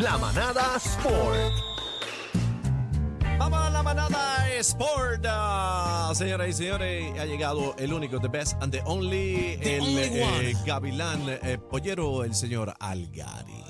La Manada Sport. Vamos a la manada Sport. Ah, señoras y señores, ha llegado el único, the best and the only, el only one. eh, gavilán eh, pollero, el señor Algarín.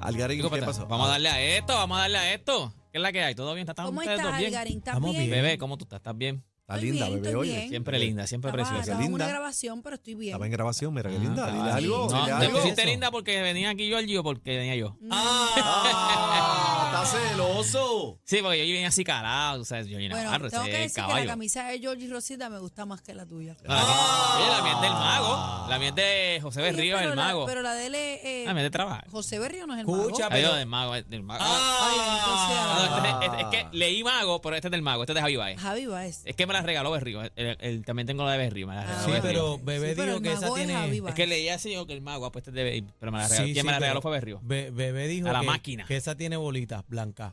Algarín, Chico, ¿qué pata, pasó? Vamos a darle a esto, vamos a darle a esto. ¿Qué es la que hay? ¿Todo bien? ¿Están ¿Cómo ustedes estás, dos bien? Algarín? ¿Estás Estamos bien? bien. Bebé, ¿cómo tú estás? ¿Estás bien? Está Estoy linda, bien, bebé, estoy oye. bien. Siempre linda, siempre Estaba- preciosa. estaba en linda. una grabación, pero estoy bien. Estaba en grabación, mira, qué Ah, linda. Dile está algo, bien. dile No, te algo. pusiste linda porque venía aquí yo al Gio porque venía yo. Ah, está celoso. Sí, porque yo venía así calado, tú sabes, yo vine Bueno, a barro, tengo que ese decir que la caballo. camisa de Georgie Rosita me gusta más que la tuya. Ah, Oye, la mía es del mago, la mía es de José Oye, Berrío, pero el la- mago. pero la de él es... eh, Ah, me de trabajo. José Berrío no es el Adiós, mago. del mago, es del mago. Ay, entonces, Ah, ah, no, este es- es- es que leí mago, pero este es del mago, este es de Javi Baez. Javi Baez. Es que me la regaló Berrío. el- el- el- también tengo la de Berrío. Me la regaló Sí, Eh, Berrío. pero Ah, Sí, bebé pero dijo el que esa mago es Javi tiene. Baez. Es que leí así yo que el mago pues este es de Berrío. Pero me la regaló. Sí, ¿Quién me sí, la regaló pero fue Berrío. Be- bebé dijo A la que, máquina. que esa tiene bolitas blancas.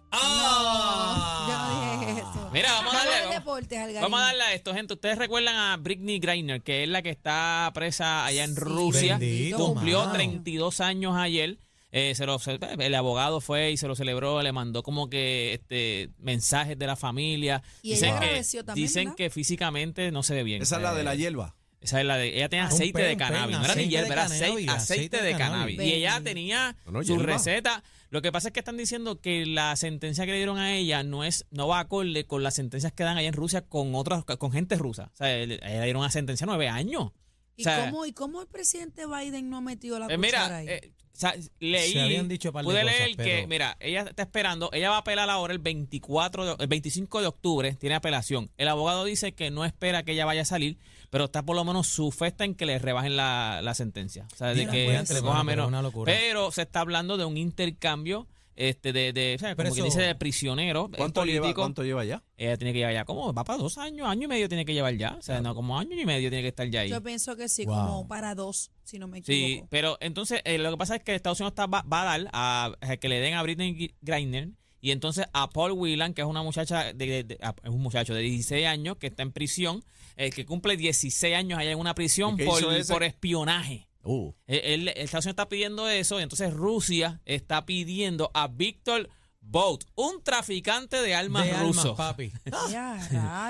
No, yo no dije eso. ¡Ah! Mira, vamos a Vamos darle. al deporte, Algarín. Vamos a darle a esto, gente. Ustedes recuerdan a Britney Greiner, que es la que está presa allá en Sí, Rusia. Bendito, Cumplió mano. 32 años ayer. Eh, se lo, se- el abogado fue y se lo celebró, le mandó como que este, mensajes de la familia. Y ella agradeció que, también, dicen ¿verdad? que físicamente no se ve bien. Esa es la de la Eh, hierba. Esa es la de. Ella tenía Ah, un aceite pen, de cannabis. pen, No era ni aceite de hierba, era acei- cannabis, aceite, aceite de de cannabis. cannabis. Y ella Ven. tenía No, no, su hierba. receta. Lo que pasa es que están diciendo que la sentencia que le dieron a ella no es no va acorde con las sentencias que dan allá en Rusia con otras con gente rusa. O sea, le- a ella le dieron una sentencia de nueve años. o ¿Y, sea- cómo, ¿Y cómo el presidente Biden no ha metido la Eh, cuchara mira, ahí? eh, o sea, leí, Se habían dicho par de pude cosas, leer que, pero- mira, ella está esperando, ella va a apelar ahora el 24, de- el 25 de octubre, tiene apelación. El abogado dice que no espera que ella vaya a salir, pero está por lo menos su festa en que le rebajen la, la sentencia. O sea, de Mira, que pues, se pero coja bueno, pero menos. una locura. Pero se está hablando de un intercambio este de, de o sea, como Pero quien eso- dice de prisionero es ¿Cuánto lleva, político. ¿Cuánto lleva ya? Ella tiene que llevar ya, como va para dos años, año y medio tiene que llevar ya. O sea, no, como año y medio tiene que estar ya ahí. Yo pienso que sí, Wow. como para dos, si no me Sí, equivoco. pero entonces eh, lo que pasa es que Estados Unidos está, va, va a dar a, a que le den a Britney Griner y entonces a Paul Whelan, que es una muchacha, de, de- de- a- es un muchacho de 16 años que está en prisión, eh, que cumple 16 años allá en una prisión ¿Y qué hizo por, ese? por espionaje. Uh, Eh, él- Estados Unidos está pidiendo eso y entonces Rusia está pidiendo a Víctor Bout, un traficante de armas de ruso. armas, papi. Ya,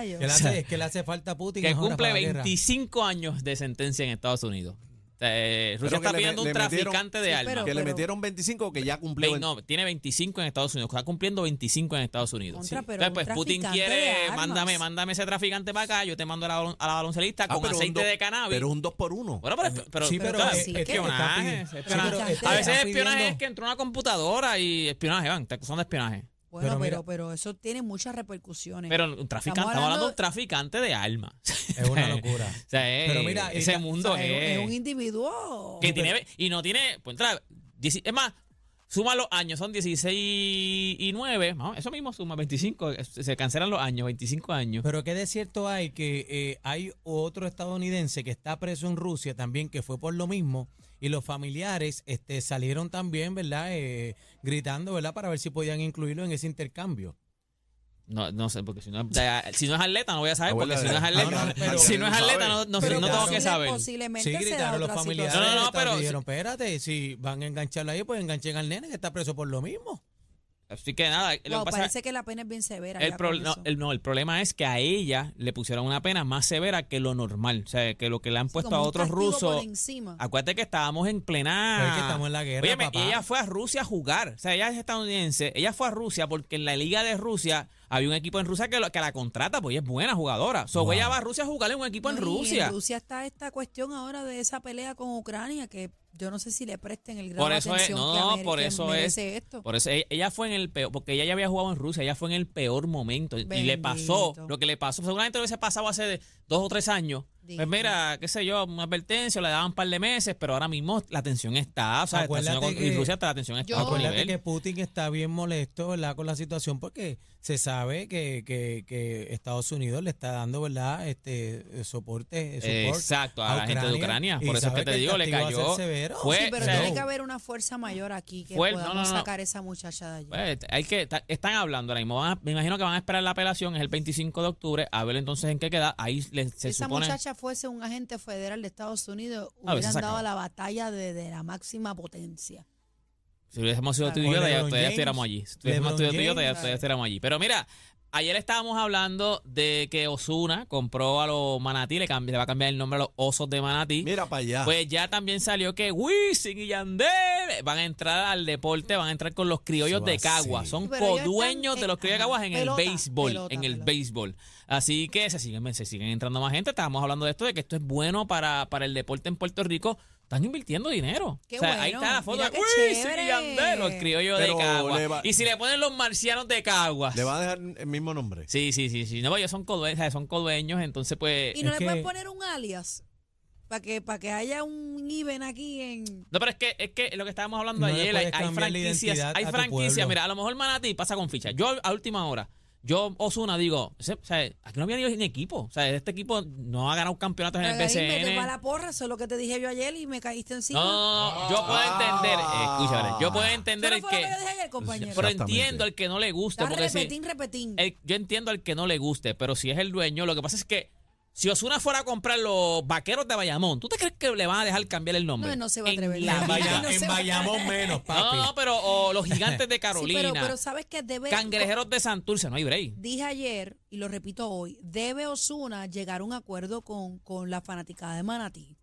Que le rayos. hace, es que le hace falta a Putin. que ahora cumple para la guerra. 25 años de sentencia en Estados Unidos. O sea, eh, Pero Rusia que está le me- pidiendo le un metieron- traficante de Sí, armas. pero- que le metieron 25 o que ya cumplió. Ve- no, tiene 25 en Estados Unidos, está cumpliendo 25 en Estados Unidos. Contra, sí. pero Entonces, pues un Putin traficante de quiere, armas. mándame, mándame ese traficante para acá, yo te mando a la, balon- a la baloncelista 20. Ah, con pero un aceite dos- de cannabis. Pero un 2 por 1 bueno, pero, pero, Sí, pero claro, es- es que espionaje, está pidiendo- espionaje. sí, pero es que a está veces espionaje pidiendo- es que entró a una computadora y espionaje, van, te acusan de espionaje. Bueno, pero, Pero mira- pero, eso tiene muchas repercusiones. Pero un traficante, Estamos estamos hablando, hablando- de un traficante de armas. Es una locura. o sea, Pero eh, mira, ese está- mundo O sea, es, es... es un individuo. que tiene, ve- y no tiene, pues entra, dieci- es más, suma los años, son 16 y 9, ¿no? eso mismo suma 25, es- se cancelan los años, 25 años. Pero qué de cierto hay que eh, hay otro estadounidense que está preso en Rusia también, que fue por lo mismo, y los familiares este, salieron también, ¿verdad? Eh, gritando, ¿verdad? Para ver si podían incluirlo en ese intercambio. No, no sé, porque si no, ya, si no es atleta no voy a saber, porque Abuela, si no es no, atleta, no, pero- si no es atleta no, no sé, Pero no tengo que posible- saber. Posiblemente Sí, se da gritaron los otra familiares. situación. No, no, no, también pero- Dijeron, espérate, si van a engancharlo ahí, pues enganchen al nene que está preso por lo mismo. Así que nada, lo Wow, que pasa- parece que la pena es bien severa. el ya pro- con no, eso. el, no, el problema es que a ella le pusieron una pena más severa que lo normal, o sea, que lo que le han puesto Como a un otros castigo por rusos. encima. Acuérdate que estábamos en plena. Pero es que estamos en la guerra, Ah. Óyeme, papá. y ella fue a Rusia a jugar. O sea, ella es estadounidense. Ella fue a Rusia porque en la Liga de Rusia había un equipo en Rusia que, lo- que la contrata, pues ella es buena jugadora. So, ella va a Rusia a jugar en un equipo en No, y Rusia. En Rusia está esta cuestión ahora de esa pelea con Ucrania que yo no sé si le presten el grado Por de eso es, atención no, que no, amer- por que eso es. merece esto. Por eso e- ella fue en el peor, porque ella ya había jugado en Rusia, ella fue en el peor momento. Y le pasó Bendito. lo que le pasó. Seguramente lo hubiese pasado hace de- dos o tres años. Dijo. Pues mira, qué sé yo, una advertencia, le daban un par de meses, pero ahora mismo la tensión está. O sea, Estados Unidos Acuérdate con- y que- Rusia la tensión está. Yo- a otro Acuérdate nivel. que Putin está bien molesto, ¿verdad? Con la situación porque se sabe que, que, que Estados Unidos le está dando, ¿verdad? Este eh, soporte, eh, support Exacto, a, a la gente de Ucrania. Ucrania. Y Por eso es sabe que te que el digo, le castigo va a cayó. ser severo. Fue, Sí, pero o sea, tiene no. que haber una fuerza mayor aquí que Fue- no, podamos no, no. sacar esa muchacha de allí. pues, hay que ta- están hablando ahora mismo. Van a- me imagino que van a esperar la apelación, es el 25 de octubre, a ver entonces en qué queda. Ahí le- si se esa supone. Ah, muchacha fuese un agente federal de Estados Unidos, A ver, se hubieran dado sacaba. la batalla de, de la máxima potencia. Si hubiésemos sido Claro. tú y yo, O ya LeBron todavía James, estuviéramos allí. Si hubiésemos LeBron sido tú y yo, todavía James, todavía estuviéramos allí. Pero mira, ayer estábamos hablando de que Osuna compró a los manatí, le, cambi- le va a cambiar el nombre a los osos de manatí. Mira para allá. Pues ya también salió que Wisin y Yandel van a entrar al deporte, van a entrar con los criollos Eso de así. Caguas. Son Pero ellos están codueños de en- los criollos de ajá, Caguas en pelota, el béisbol. pelota, en el pelota. béisbol. Así que se siguen, se siguen entrando más gente. Estábamos hablando de esto, de que esto es bueno para, para el deporte en Puerto Rico. Están invirtiendo dinero. Qué o sea, ahí bueno. está la foto Mira de qué Wisin chévere. y Yandel, los criollos Pero de le va- Caguas. Y si le ponen los marcianos de Caguas. Le va a dejar el mismo nombre. Sí, sí, sí, sí. No, ellos son codueños, o sea, son codueños, entonces pues... Y no Es le que- pueden poner un alias para que, para que haya un even aquí en. No, pero es que, es que lo que estábamos hablando No le ayer, hay, puedes hay cambiar la franquicias, identidad hay a tu franquicias. pueblo. Mira, a lo mejor Manatí pasa con ficha. Yo a última hora, yo Osuna digo, se- o sea, aquí no había ni- ni equipo. O sea, este equipo no ha ganado campeonatos en el Agradín, vete pa' BCN. la porra, eso es lo que te dije yo ayer y me caíste encima. No, no, no, yo puedo entender, eh, escúchame, yo puedo Eso entender no el fue lo que, que yo dije ayer, compañero. pero Exactamente. entiendo al que no le guste, Está porque si- repetín, repetín. el- yo entiendo al que no le guste, pero si es el dueño, lo que pasa es que si Osuna fuera a comprar los vaqueros de Bayamón, ¿tú te crees que le van a dejar cambiar el nombre? No, no se va a En atrever. la En, vida. Vaya- No en se va a Bayamón menos, No, papi. no, no, pero o los gigantes de Sí, Carolina. pero, pero sabes que debe. Cangrejeros de Santurce, no hay break. Dije ayer, y lo repito hoy, debe Osuna llegar a un acuerdo con, con la fanaticada de Manatí.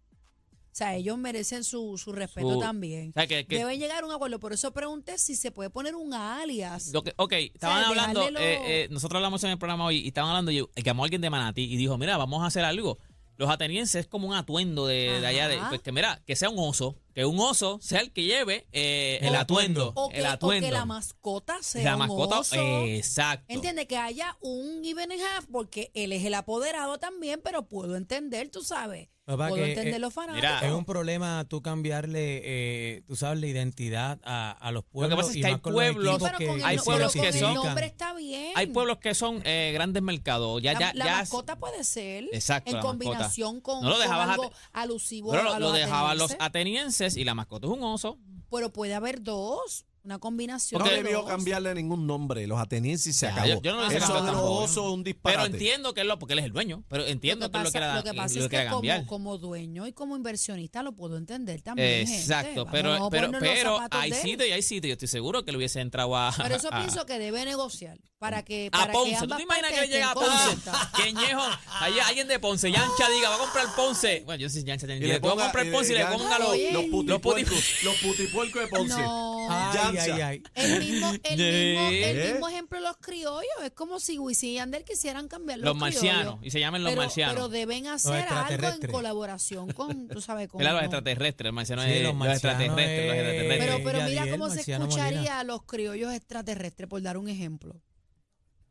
O sea, ellos merecen su, su respeto Su- también. O sea, que, que- Deben llegar a un acuerdo. Por eso pregunté si se puede poner un alias. lo que- ok, estaban dejarle hablando, lo- eh, eh, nosotros hablamos en el programa hoy y estaban hablando, y llamó alguien de Manatí y dijo, mira, vamos a hacer algo. Los atenienses es como un atuendo de, de allá, de, Ajá. pues que mira, que sea un oso, que un oso sea el que lleve eh, El el atuendo. atuendo. o, que, el o que atuendo. la mascota sea La un mascota, oso. exacto. Entiende que haya un even and half porque él es el apoderado también, pero puedo entender, tú sabes. Papá, puedo que, entender eh, los fanáticos. mira, Es un problema tú cambiarle, eh, tú sabes, la identidad a, a los pueblos. pasa es y que hay más con los pueblos- equipos pero con el, hay no- pueblos pero con que el son- nombre está bien. Hay pueblos que son eh, grandes mercados. Ya, la, ya, la ya- mascota puede ser Exacto, en la mascota. combinación con, No lo con dejabas algo ate- alusivo Pero lo, a lo los dejaban los atenienses, atenienses y la mascota es un oso. pero puede haber dos, una combinación No Porque- de debió dos. cambiarle ningún nombre. Los atenienses se Ya, acabó. yo- yo no le sé Eso cambiar de los tampoco. osos es un disparate. Pero entiendo que es lo, porque él es el dueño. Pero entiendo lo que que, pasa, es lo lo que que era, pasa lo es quiera que cambiar. como, como dueño y como inversionista lo puedo entender también. gente. Exacto, Vamos, pero, vamos a pero, ponernos los pero zapatos hay de él. sitio y hay sitio. Yo estoy seguro que le hubiese entrado a. Pero eso a- pienso que debe negociar para que Ah. a para que Ponce, ¿tú ambas te imaginas que partes llega a estén Ponce? contentas. Que Ñejo, ahí alguien de Ponce, Yancha diga, va a comprar Ponce. Bueno, yo sí, Yancha Y tenía. le Yo voy a ponga- eh, comprar y Ponce y le ya- ponga los. Oye. los los puti- putipuercos. Los putipuercos de Ponce. No. Ay, ay, Yamcha. ay. Ah. El mismo, el, mismo, ¿Eh? el mismo ejemplo de los criollos. Es como si Wisin y Yandel quisieran cambiar los, Los marcianos. criollos. Y se llaman los pero, marcianos. pero deben hacer algo en extraterrestres. colaboración con, tú sabes, con... Era los con- extraterrestres, los marcianos Sí, es- los los, marcianos extraterrestres, los es- extraterrestres. Pero, pues, pero mira Yadiel, cómo se Marciano escucharía Molina. a los criollos extraterrestres, por dar un ejemplo.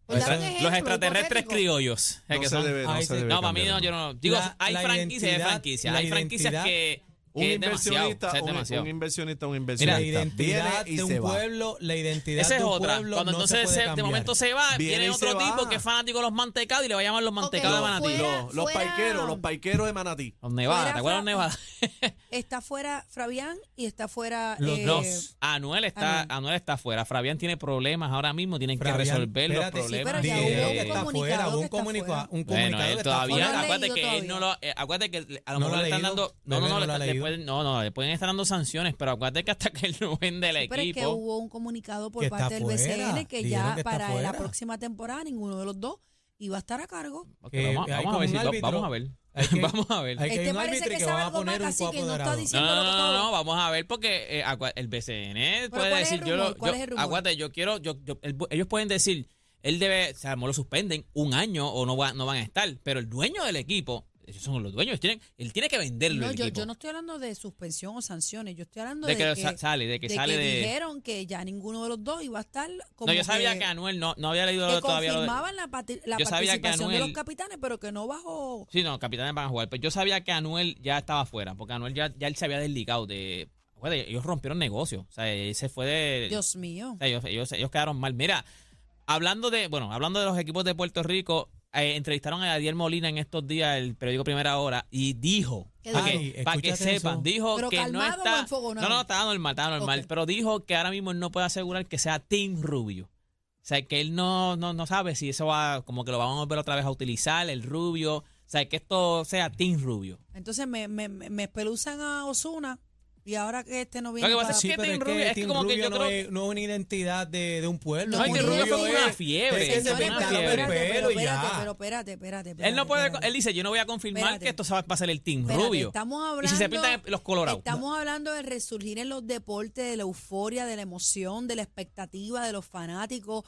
Por Los dar un extra- ejemplo los extraterrestres hipotético. criollos. Es No que se son- debe, no Ay, se sí. debe No, para mí cambiar. no, yo no. Digo, La- hay la franquicias, hay identidad- franquicias. la Hay franquicias identidad- que. Un que es demasiado. inversionista, o sea, es un- demasiado. un inversionista, un La inversionista. identidad Viene y de se un va. pueblo, la identidad Esa es de un otra. pueblo Cuando no entonces se puede se- de cambiar. momento se va, Viene viene, y se otro va. tipo que es fanático de los mantecados y le va a llamar los mantecados Los- de Manatí. fuera- los, los fuera- paiqueros, los paiqueros de Manatí. Los Nevada, fuera ¿te acuerdas de los fra- Nevada? Está fuera Fabián y está fuera... Los eh, dos. Anuel está, Anuel. Anuel está afuera. Fabián tiene problemas ahora mismo, tienen Fabián, que resolver los espérate, sí, problemas. pero ya Video hubo de- que está comunicado fuera, que hubo un está comunicado, fuera. un Bueno, comunicado él que está todavía, fuera. No lo ha acuérdate leído que él todavía. no lo, eh, acuérdate que le- a lo No mejor lo ha le están leído, dando, no, no, Bebé no no, lo ha le- le leído. pueden- no, no, le pueden estar dando sanciones, pero acuérdate que hasta que él no vende el Pero es que equipo. hubo un comunicado por Que está parte del fuera. BCN que Dijeron ya que está para fuera. la próxima temporada ninguno de los dos iba a estar a cargo. Ok, Eh, vamos, vamos hay a como ver un si lo- árbitro. vamos a ver. Hay que- vamos a ver. Hay que Este hay un parece árbitro que que sabe va a algo más, poner un así que no está coapoderado. No, diciendo no, lo que no, no, acabo. no, vamos a ver porque eh, acua- el BCN puede ¿cuál es el decir, yo, rumor? lo- ¿Cuál yo- es el rumor? aguante, yo quiero, yo, yo- el- ellos pueden decir, él debe, o sea, a lo mejor lo suspenden un año o no, va- no van a estar, pero el dueño del equipo, ellos son los dueños, tienen, él tiene que venderlo. No, el yo, equipo. yo no estoy hablando de suspensión o sanciones, yo estoy hablando de, de, que, sa- sale, de que de sale que de... dijeron que ya ninguno de los dos iba a estar como No, yo sabía que, que, Anuel no, no había leído que todavía lo de... confirmaban la, parti- la Yo sabía que participación de los Anuel- capitanes, pero que no bajó. Sí, no, capitanes van a jugar. Pero yo sabía que Anuel ya estaba fuera, porque Anuel ya, ya él se había desligado de... Acuérdate, ellos rompieron negocio. O sea, él se fue de... Dios mío. O sea, ellos, ellos, ellos quedaron mal. Mira, hablando de, bueno, hablando de los equipos de Puerto Rico, eh, entrevistaron a Adiel Molina en estos días, el periódico Primera Hora, y dijo, ¿Qué para dijo? que, para que Escúchate eso. sepan, dijo ¿Pero que no calmado o está... enfogonado? No, no, estaba normal, estaba normal, Ok. pero dijo que ahora mismo él no puede asegurar que sea Team Rubio. O sea, que él no, no, no sabe si eso va, como que lo van a volver otra vez a utilizar, el Rubio. O sea, que esto sea Team Rubio. Entonces me, me, me me espeluzan a Osuna Y ahora que este no Lo viene que para pasa es Sí, que pero Team es Rubio- que es que Team como que Rubio yo no creo- es no es una identidad de, de un pueblo. No, Team Team Rubio fue es- una fiebre. es que se Señores, pintaron el espérate, pelo pero y espérate, ya. pero espérate, espérate, espérate, Él no puede, espérate. él dice, yo no voy a confirmar Espérate. que esto va a ser el Team Espérate, Rubio. Estamos hablando, y si se pintan los colorados. Estamos hablando de resurgir en los deportes, de la euforia, de la emoción, de la expectativa, de los fanáticos.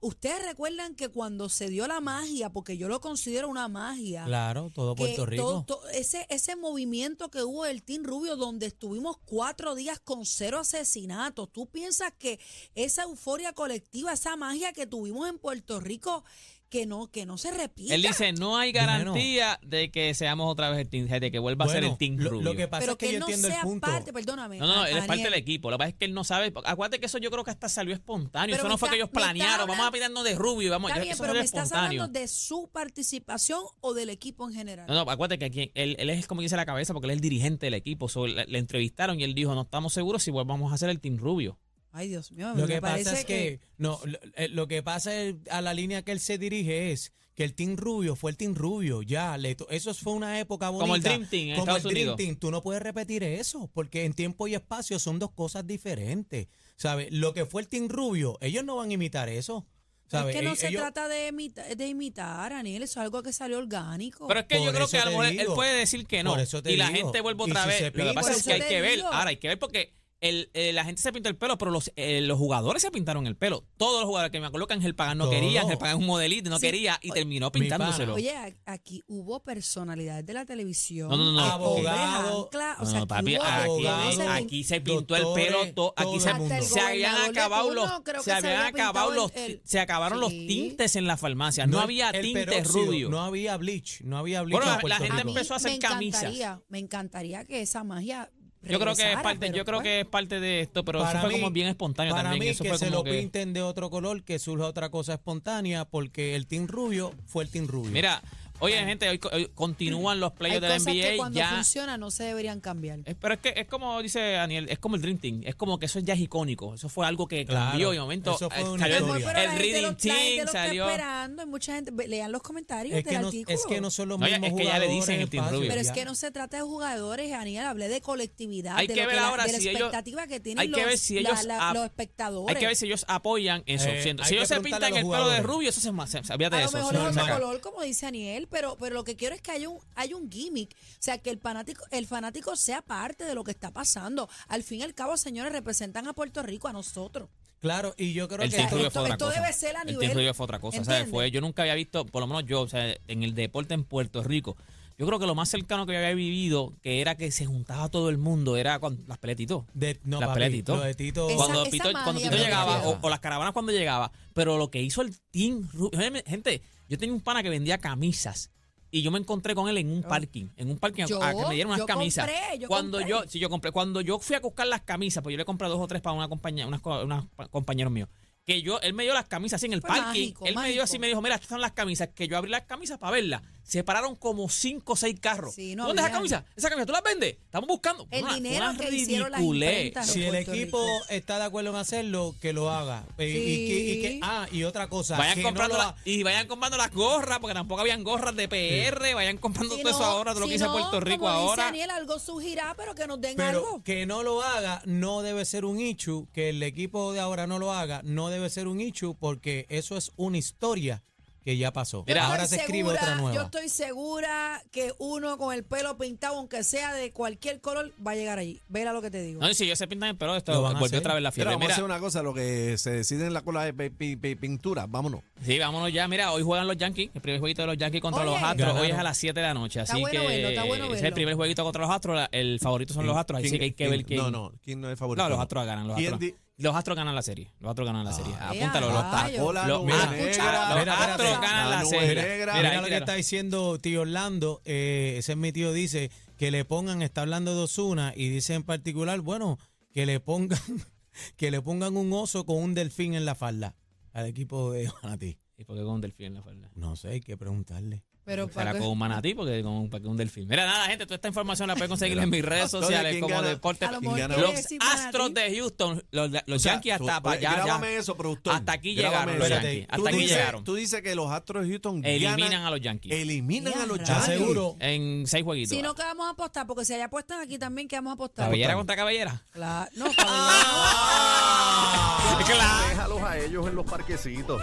Ustedes recuerdan que cuando se dio la magia, porque yo lo considero una magia. Claro, todo que Puerto Rico. todo- todo- ese, ese movimiento que hubo del Team Rubio, donde estuvimos cuatro días con cero asesinatos. ¿Tú piensas que esa euforia colectiva, esa magia que tuvimos en Puerto Rico, que no, que no se repita? Él dice, no hay Bueno. garantía de que seamos otra vez el Team, de que vuelva a ser Bueno, el Team lo, Rubio. Lo que pasa pero es que, yo no entiendo sea el punto. parte, perdóname. no, no, no, él es parte Aniel. del equipo. Lo que pasa es que él no sabe. Acuérdate que eso yo creo que hasta salió espontáneo. Pero eso me no fue está- que ellos me está planearon. Vamos a hablando- pintarnos de rubio. y Vamos, Está yo- bien, eso pero salió me estás espontáneo. hablando de su participación o del equipo en general. ¿Ah? No, no, acuérdate que aquí él, él es como dice la cabeza porque él es el dirigente del equipo. So, le, le entrevistaron y él dijo, no estamos seguros si volvamos a hacer el Team Rubio. Ay, Dios mío, Lo Ah, me que parece pasa es que, no, lo, eh, lo que pasa es- a la línea que él se dirige es que el Team Rubio fue el Team Rubio, ya, le to- eso fue una época bonita. Como el Dream Team en Como Estados el Dream Unidos. Team, tú no puedes repetir eso, porque en tiempo y espacio son dos cosas diferentes, ¿sabes? Lo que fue el Team Rubio, ellos no van a imitar eso, ¿sabes? es que no E- se ellos- trata de, imita- de imitar, Aniel, eso es algo que salió orgánico. Pero es que yo Por creo eso que a lo te mejor él- él digo. puede decir que no. Por eso te y la digo. gente vuelve Y otra si vez. se lo que pinta, pasa por es eso que hay te que ver. digo. Ahora, hay que ver porque el- eh, la gente se pinta el pelo, pero los, eh, los jugadores se pintaron el pelo. Todos los jugadores que me acuerdo que Ángel Pagán no Todo. quería, Ángel Pagán es un modelito, no Sí. quería y Oye, terminó mi pana. pintándoselo. Oye, a- aquí hubo personalidades de la televisión. No, no, no. Abogado. Claro, ah, o No, sea, no, papi, aquí, hubo- aquí, no abogado, se pin- aquí se pintó el doctores, pelo, to- aquí todo se, el mundo. se habían Hasta el acabado gobernador de los, turno, se creo que se habían había pintado acabado los, el- el- se acabaron los Sí. tintes en las farmacias, no, el- había el tintes peróxido, rubio. No había bleach, no había bleach. Bueno, en la- la Puerto gente A Rico. mí empezó a hacer me camisas. encantaría, Me encantaría que esa magia Yo creo que es regresara, parte, yo pero creo pues, que es parte de esto, pero eso Para fue mí- como bien espontáneo Para también. mí eso que fue se como lo que- pinten de otro color, que surja otra cosa espontánea, porque el Team Rubio fue el Team Rubio. Mira, oye gente, hoy, co- hoy continúan los Hay playoffs de la cosas que NBA cuando ya. funcionan no se deberían cambiar. es- Pero es que es como dice Daniel, es como el Dream Team, es como que eso ya es icónico, eso fue algo que Claro, cambió y de momento eso fue eh, una salió el, Pero, historia. pero la el gente lo- Reading la gente Team, lo está salió... esperando y mucha gente ve- lean los comentarios es del que, no, artículo. es que no son los No, ya- mismos es que ya le jugadores, dicen el Team espacio, Rubio. pero es ya. que no se trata de jugadores, Daniel, hablé de colectividad, Hay de, que lo ver la, ahora de la si ellos- expectativa que tienen hay que los, ver si la- ellos la- ap- los espectadores. Hay que ver si ellos apoyan eso. Eh, si, hay si ellos se que preguntarle a pintan los el pelo de jugadores. rubio, eso se ma- se- olvídate a de lo eso. mejor eso es se otro acaba. color, como dice Aniel, pero, pero lo que quiero es que haya un, hay un gimmick. O sea, que el fanático, el fanático sea parte de lo que está pasando. Al fin y al cabo, señores, representan a Puerto Rico, a nosotros. Claro, y yo creo El que Team esto- Rubio fue otra esto cosa. debe ser a el nivel- Team Rubio fue otra cosa. o sea, ¿Entiendes? Fue, yo nunca había visto, por lo menos yo, o sea, en el deporte en Puerto Rico, yo creo que lo más cercano que yo había vivido, que era que se juntaba todo el mundo, era con las peleas y todo. de, no, Las papi, peleas y todo. lo de Tito- Esa- cuando Pito, magia cuando Pito me llegaba, o, encanta. o las caravanas cuando llegaba. Pero lo que hizo el Team Rubio. Óyeme, Gente, yo tenía un pana que vendía camisas. Y yo me encontré con él en un parking. En un parking Oh. Yo- a que me dieron unas yo camisas. compré, yo cuando compré. yo, sí, yo compré. Cuando yo fui a buscar las camisas, pues yo le compré dos o tres para una compañía, unas, co- unas pa- compañeros míos. Que yo, él me dio las camisas así en el Fue parking. mágico, él me dio mágico. así, me dijo, mira, estas son las camisas. Que yo abrí las camisas para verlas. Se pararon como cinco o seis carros. Sí, no ¿Dónde es esa había. camisa? Esa camisa, ¿tú las vendes? Estamos buscando. El Una- dinero una que hicieron las ridiculez. imprentas, Si el Puerto equipo Rico. está de acuerdo en hacerlo, que lo haga. Eh, Sí. Y, que, y que- ah, y otra cosa. Vayan que no comprando lo la- ha- y vayan comprando las gorras, porque tampoco habían gorras de PR, vayan comprando Si todo eso no- ahora, todo lo si que hizo no, Puerto Rico como Dice ahora. Aniel, algo surgirá, pero que nos den Pero algo. que no lo haga no debe ser un ichu, que el equipo de ahora no lo haga no debe ser un ichu porque eso es una historia que ya pasó. Mira, ahora se estoy escribe segura- otra nueva. Yo estoy segura que uno con el pelo pintado, aunque sea de cualquier color, va a llegar allí. Vela lo que te digo. No, y si ellos se pintan el pelo, esto Lo van a volvió hacer. otra vez la Mira, fiebre. vamos a Mira, hacer una cosa, lo que se decide en la cola de pe- pe- pe- pintura, vámonos. sí, vámonos ya. Mira, hoy juegan los Yankees, el primer jueguito de los Yankees contra Oye. los Astros. Hoy es Ganaron. a las 7 de la noche, así Está bueno que verlo, está bueno ese es el verlo. primer jueguito contra los Astros. la- El favorito son los Astros, así ¿Quién- que hay que quién- ver quién. No, no, quién no es favorito. No, los Astros ganan, los ¿Quién Astros. di- Los Astros ganan la serie. Los Astros ganan la serie. Eh, Apúntalo, los, rayos. Astros- Hola, los, nube ah, negra. escucha, los Mira, Astros espérate. ganan La la nube serie. negra. Mira, ahí Mira lo que tiraron. está diciendo tío Orlando, eh, ese es mi tío, dice que le pongan, está hablando de Osuna y dice en particular, bueno, que le pongan, que le pongan un oso con un delfín en la falda al equipo de Manatí. ¿Y por qué con un delfín en la falda? No sé, hay que preguntarle. Pero Será para- con un manatí, porque con un, porque un delfín. Mira, nada, gente, toda esta información la pueden conseguir en mis redes Oye, sociales ¿quién como gana? Deporte. A lo mejor Gana- quiere Los decir para Astros ti. de Houston, los, los O sea, Yankees tú- hasta para oye, allá. grábame ya. eso, productor. Hasta aquí Grábame llegaron los eso. Espérate, Yankees. Tú Hasta aquí dices- llegaron. Tú dices que los Astros de Houston Eliminan ganan- a los Yankees. Eliminan a los Ya, ¿Estás Yankees. seguro? En seis jueguitos. Si no, que vamos a apostar, porque si allá apuestan aquí también, que vamos a apostar. cabellera contra cabellera. Claro. No, Ah. caballero. Claro. Déjalos a ellos en los parquecitos.